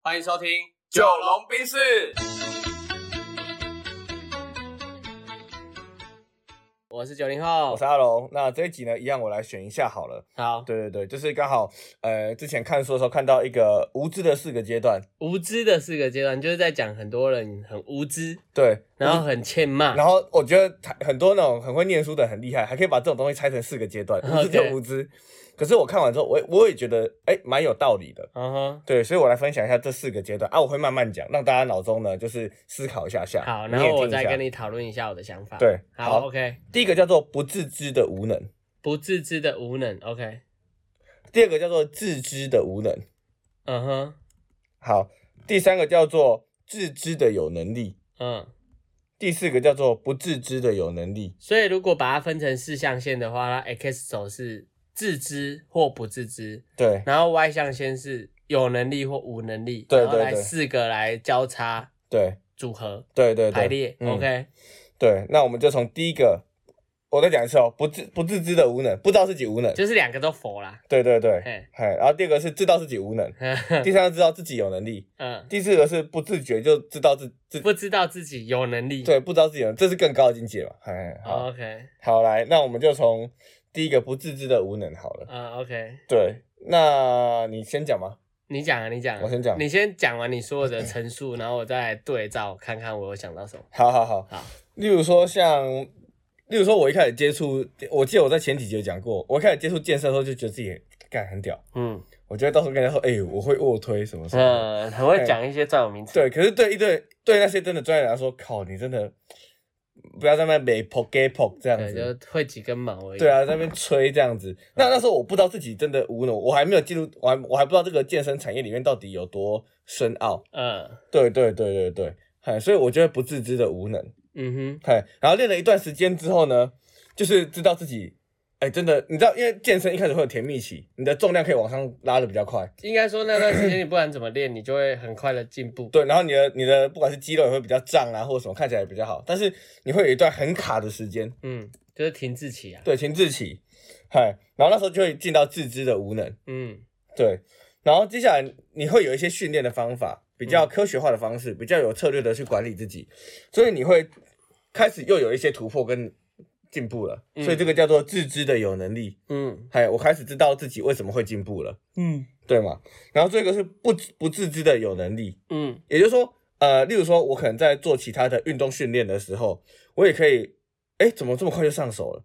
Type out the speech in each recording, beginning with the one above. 欢迎收听《九龙冰室。我是九零后我是，阿龙，那这一集呢，一样我来选一下好了。好对对对，就是刚好，呃，之前看书的时候看到一个无知的四个阶段，无知的四个阶段，就是在讲很多人很无知，对，然后很欠骂，然后我觉得台很多那种很会念书的很厉害，还可以把这种东西拆成四个阶段，OK 无知就无知。可是我看完之后，我也我也觉得，哎，蛮有道理的。嗯哼，对，所以我来分享一下这四个阶段啊，我会慢慢讲，让大家脑中呢就是思考一下下。好，你然也后我听一再下跟你讨论一下我的想法。，对好，OK，第一个叫做不自知的无能，不自知的无能，OK，第二个叫做自知的无能，嗯哼，好，第三个叫做自知的有能力，嗯，第四个叫做不自知的有能力。所以如果把它分成四象限的话，那 X 轴是自知或不自知，对然后 Y 象限是有能力或无能力，对然后对来对四个来交叉对组合对对对，排列嗯，OK，对，那我们就从第一个，我再讲一次哦，不自不自知的无能，不知道自己无能。就是两个都佛啦，对对对，嘿嘿，然后第二个是知道自己无能，第三个知道自己有能力，嗯，第四个是不自觉就知道自自不知道自己有能力，对不知道自己有能，这是更高的境界嘛。嘿，嘿好，哦，OK，好来，那我们就从第一个不自知的无能好了。嗯，OK，对，那你先讲吗？你讲啊，你讲啊，我先讲你先讲完你所有的陈述，然后我再来对照看看我有想到什么。 好好好，好例如说像，例如说我一开始接触，我记得我在前几集有讲过，我一开始接触健身的时候就觉得自己干很屌，嗯我觉得到时候跟人家说，哎、我会卧推什么什么的，嗯，很会讲一些专有名词。对，可是对一对对那些真的专业人来说，靠，你真的不要在那边美 p o k e p o k 这样对，子。就嗯会几根毛而已。对，啊，在那边吹这样子。那那时候我不知道自己真的无能，我还没有进入，我还我还不知道这个健身产业里面到底有多深奥。嗯对对对对对，嗨，所以我觉得不自知的无能。嗯嘿，然后练了一段时间之后呢，就是知道自己，哎，真的，你知道，因为健身一开始会有甜蜜期，你的重量可以往上拉的比较快，哼，应该说那段时间你不管怎么练，你就会很快的进步。对，然后你的你的不管是肌肉也会比较胀啊，或者什么看起来也比较好，但是你会有一段很卡的时间，嗯，就是停滞期啊。对，停滞期，嗨，然后那时候就会进到自知的无能，嗯对，然后接下来你会有一些训练的方法，比较科学化的方式，比较有策略的去管理自己，所以你会开始又有一些突破跟进步了，所以这个叫做自知的有能力。嗯哎，我开始知道自己为什么会进步了，嗯对吗？然后这个是不知不自知的有能力，嗯也就是说，呃，例如说我可能在做其他的运动训练的时候，我也可以，哎，怎么这么快就上手了？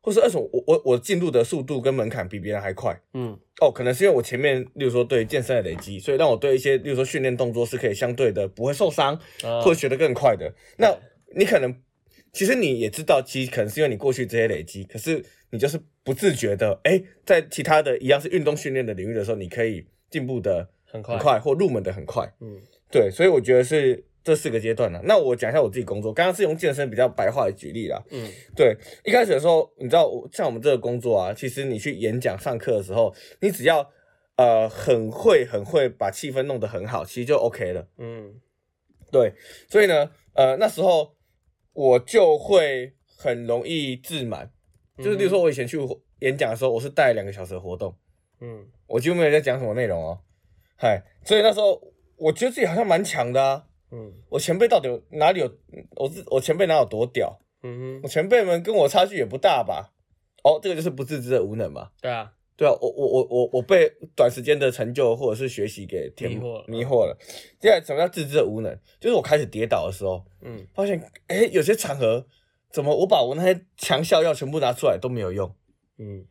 或是二手，我我我进入的速度跟门槛比别人还快嗯哦，可能是因为我前面，例如说对健身的累积，所以让我对一些，例如说训练动作是可以相对的不会受伤，嗯，会学得更快的。那你可能其实你也知道，其实可能是因为你过去这些累积，可是你就是不自觉的，哎、在其他的一样是运动训练的领域的时候，你可以进步的很快很快或入门的很快。嗯对，所以我觉得是这四个阶段呢、啊那我讲一下我自己工作，刚刚是用健身比较白话的举例啦。嗯对，一开始的时候，你知道我像我们这个工作啊，其实你去演讲上课的时候，你只要呃很会很会把气氛弄得很好，其实就 OK 了。嗯对，所以呢，呃，那时候我就会很容易自满，就是比如说我以前去演讲的时候，我是带两个小时的活动，嗯我几乎没有在讲什么内容哦，嗨，所以那时候我觉得自己好像蛮强的啊。嗯我前辈到底有哪里有？我自我前辈哪有多屌？嗯我哼，前辈们跟我差距也不大吧？哦，这个就是不自知的无能嘛。对啊，对啊，我我我我我被短时间的成就或者是学习给填迷惑了迷惑了。接下来什么叫自知的无能？就是我开始跌倒的时候，嗯发现哎、诶有些场合怎么我把我那些强效药全部拿出来都没有用。嗯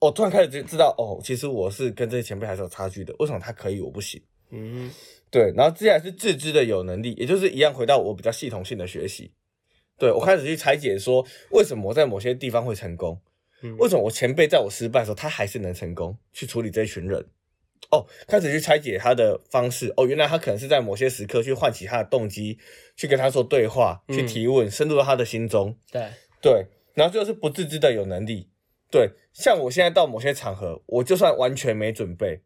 我突然开始知知道，哦，其实我是跟这些前辈还是有差距的。为什么他可以，我不行？嗯对，然后接下来是自知的有能力，也就是一样回到我比较系统性的学习。对我开始去拆解说，为什么我在某些地方会成功，嗯，为什么我前辈在我失败的时候，他还是能成功去处理这一群人？哦，开始去拆解他的方式。哦，原来他可能是在某些时刻去唤起他的动机，去跟他做对话，去嗯提问，深入到他的心中。对，对，然后就是不自知的有能力。对，像我现在到某些场合，我就算完全没准备，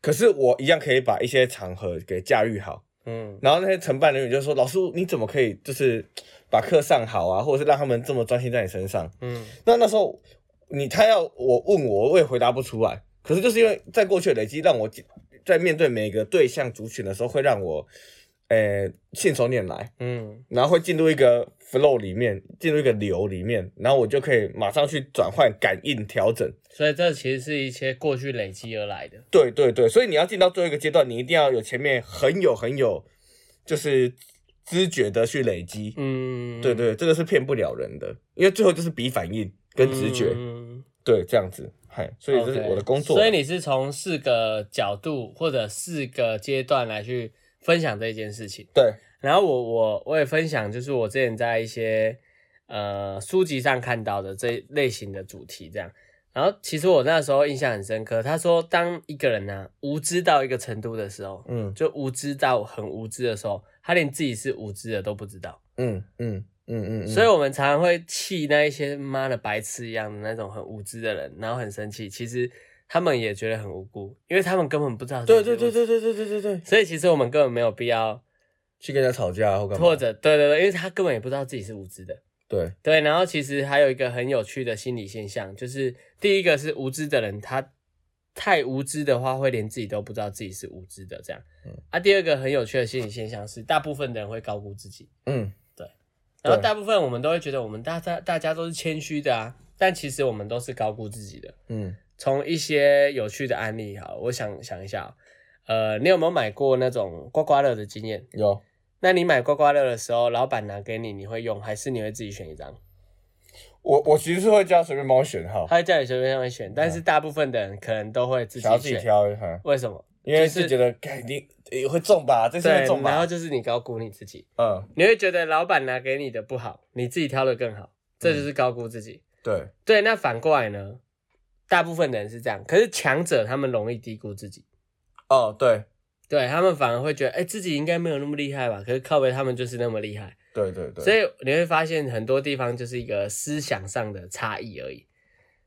可是我一样可以把一些场合给驾驭好。嗯然后那些承办人员就说：“老师，你怎么可以就是把课上好啊，或者是让他们这么专心在你身上？”嗯那那时候你他要我问我，我也回答不出来。可是就是因为在过去的累积，让我在面对每个对象族群的时候，会让我，呃，信手拈来，嗯然后会进入一个 flow 里面，进入一个流里面，然后我就可以马上去转换、感应、调整。所以这其实是一些过去累积而来的。对对对，所以你要进到最后一个阶段，你一定要有前面很有很有，就是知觉的去累积。嗯，对对，这个是骗不了人的，因为最后就是比反应跟直觉，嗯对，这样子。嗨，所以这是 OK 我的工作。所以你是从四个角度或者四个阶段来去分享这件事情。对，然后我我我也分享，就是我之前在一些呃书籍上看到的这类型的主题这样。然后其实我那时候印象很深刻，他说当一个人呢、无知到一个程度的时候，嗯就无知到很无知的时候，他连自己是无知的都不知道。嗯嗯嗯嗯，嗯所以我们常常会气那一些妈的白痴一样的那种很无知的人，然后很生气。其实他们也觉得很无辜，因为他们根本不知道。对对对。对对对对对对，所以其实我们根本没有必要，去跟人家吵架或干嘛？或者对对对，因为他根本也不知道自己是无知的。对，对，然后其实还有一个很有趣的心理现象，就是第一个是无知的人，他太无知的话，会连自己都不知道自己是无知的这样。嗯啊，第二个很有趣的心理现象是，大部分的人会高估自己，嗯然后对大部分我们都会觉得我们大家大家都是谦虚的啊，但其实我们都是高估自己的。嗯从一些有趣的案例哈，我想想一下哦、呃，你有没有买过那种刮刮乐的经验？有。那你买刮刮乐的时候，老板拿给你，你会用还是你会自己选一张？我我其实是会叫随便帮我选号，他会叫你随便上面选，但是大部分的人可能都会自己嗯想要自己选。挑，哈，为什么？因为就是是觉得肯定会中吧，这次对会中，然后吧，就是你高估你自己，嗯，你会觉得老板拿给你的不好，你自己挑的更好，这就是高估自己。对，对，那反过来呢？大部分的人是这样，可是强者他们容易低估自己，哦对对他们反而会觉得，哎、自己应该没有那么厉害吧？可是靠背他们就是那么厉害，对对对，所以你会发现很多地方就是一个思想上的差异而已。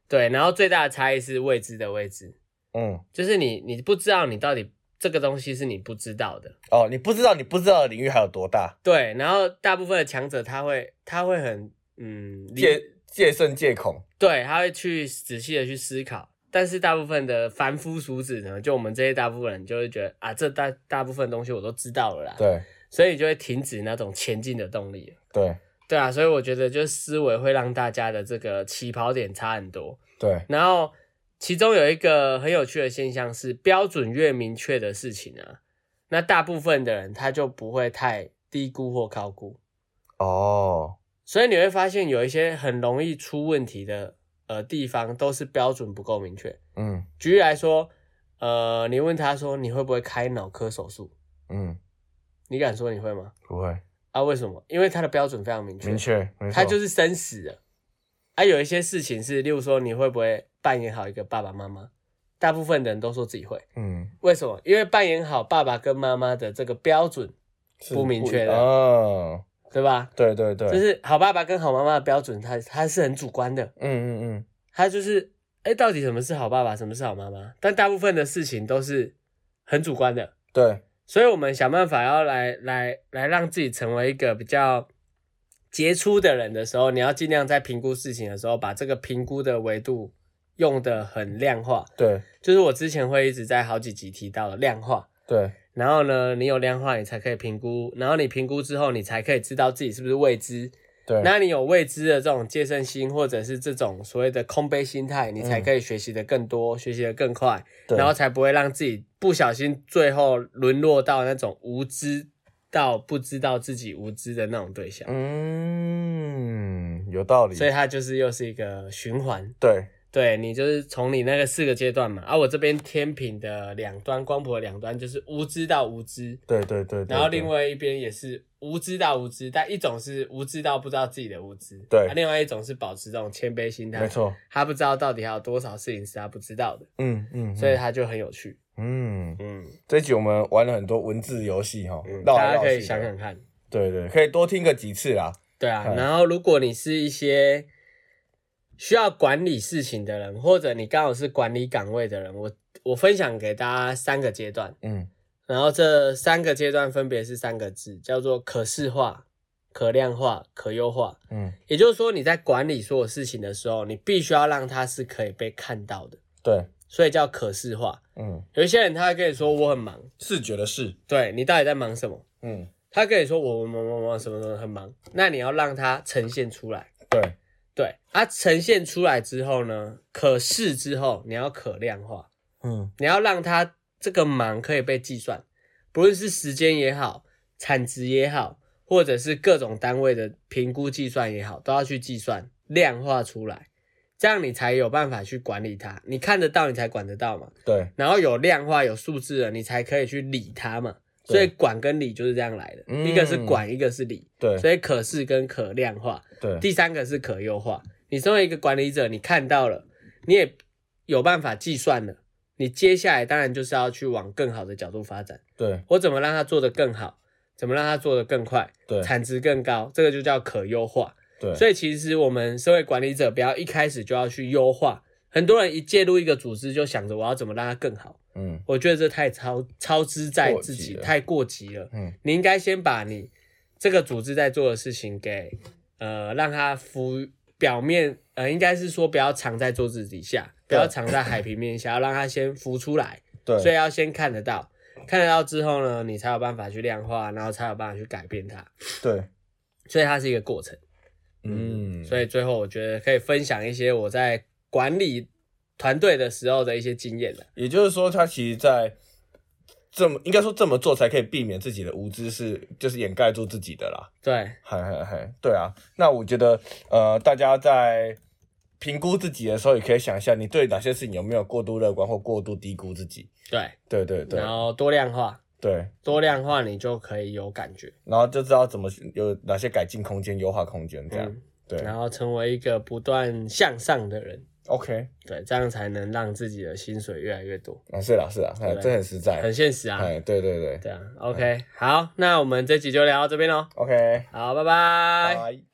对，然后最大的差异是未知的未知。嗯，就是你你不知道你到底这个东西是你不知道的，哦，你不知道你不知道的领域还有多大，对。然后大部分的强者他会他会很嗯理戒戒慎戒恐，对，他会去仔细的去思考。但是大部分的凡夫俗子呢，就我们这些大部分人就会觉得啊，这大大部分东西我都知道了啦，对所以就会停止那种前进的动力了。对对啊，所以我觉得就是思维会让大家的这个起跑点差很多。对，然后其中有一个很有趣的现象是，标准越明确的事情啊，那大部分的人他就不会太低估或高估，哦，所以你会发现有一些很容易出问题的呃地方都是标准不够明确。嗯举例来说，呃，你问他说你会不会开脑科手术，嗯，你敢说你会吗？不会，啊，为什么？因为他的标准非常明确，明确，没错，他就是生死的。啊，有一些事情是，例如说你会不会扮演好一个爸爸妈妈，大部分人都说自己会。嗯，为什么？因为扮演好爸爸跟妈妈的这个标准，是不明确的哦，对吧？对对对，就是好爸爸跟好妈妈的标准，它它是很主观的，嗯嗯嗯，它就是哎，诶到底什么是好爸爸，什么是好妈妈？但大部分的事情都是很主观的，对，所以我们想办法要来来来让自己成为一个比较杰出的人的时候，你要尽量在评估事情的时候，把这个评估的维度用的很量化，对就是我之前会一直在好几集提到的量化。对然后呢，你有量化，你才可以评估，然后你评估之后，你才可以知道自己是不是未知。对，那你有未知的这种戒慎心，或者是这种所谓的空杯心态，你才可以学习的更多，学习的更快，嗯对然后才不会让自己不小心最后沦落到那种无知到不知道自己无知的那种对象。嗯，有道理，所以它就是又是一个循环，对对你就是从你那个四个阶段嘛，而、啊我这边天平的两端，光谱的两端就是无知到无知，对对对，然后另外外一边也是无知到无知，但一种是无知到不知道自己的无知，对啊另外一种是保持这种谦卑心态，没，错，他不知道到底还有多少事情是他不知道的，嗯嗯，所以他就很有趣，嗯，嗯这一集我们玩了很多文字游戏哈，嗯，绕大家来绕可以去想的，想看，对对，可以多听个几次啦，对啊，嗯然后如果你是一些需要管理事情的人，或者你刚好是管理岗位的人，我我分享给大家三个阶段，嗯然后这三个阶段分别是三个字，叫做可视化、可量化、可优化。嗯，也就是说，你在管理所有事情的时候，你必须要让它是可以被看到的，对所以叫可视化。嗯，有一些人他会跟你说我很忙，视觉的视，对你到底在忙什么？嗯，他跟你说我我忙忙忙什么什么很忙，那你要让它呈现出来。对，对，它呈现出来之后呢，可视之后你要可量化，嗯你要让它这个忙可以被计算，不论是时间也好，产值也好，或者是各种单位的评估计算也好，都要去计算量化出来，这样你才有办法去管理它。你看得到，你才管得到嘛。对，然后有量化、有数字了，你才可以去理它嘛。所以对管跟理就是这样来的，嗯一个是管，一个是理。对，所以可视跟可量化，对，第三个是可优化。你身为一个管理者，你看到了，你也有办法计算了，你接下来当然就是要去往更好的角度发展。对，我怎么让它做得更好？怎么让它做得更快？对，产值更高，这个就叫可优化。对，所以其实我们身为管理者，不要一开始就要去优化。很多人一介入一个组织，就想着我要怎么让它更好。嗯我觉得这太超超支在自己，过急了太过急了。嗯，你应该先把你这个组织在做的事情给呃，让它浮表面，呃，应该是说不要藏在桌子底下，不对要藏在海平面 下，要让它先浮出来，对，所以要先看得到，看得到之后呢，你才有办法去量化，然后才有办法去改变它，对，所以它是一个过程。嗯，所以最后我觉得可以分享一些我在管理团队的时候的一些经验了。也就是说，他其实在这么应该说这么做才可以避免自己的无知是就是掩盖住自己的啦。对，嗨嗨嗨，对啊，那我觉得呃，大家在评估自己的时候，也可以想一下，你对哪些事情有没有过度乐观或过度低估自己。对，对对对然后多量化，对，多量化你就可以有感觉，然后就知道怎么有哪些改进空间、优化空间这样。嗯对然后成为一个不断向上的人， ，OK，对，这样才能让自己的薪水越来越多，啊是啦是啦，哎对这很实在很，现实啊。哎对对对对啊，OK，好，那我们这集就聊到这边喽。 ，OK，好，拜拜。拜。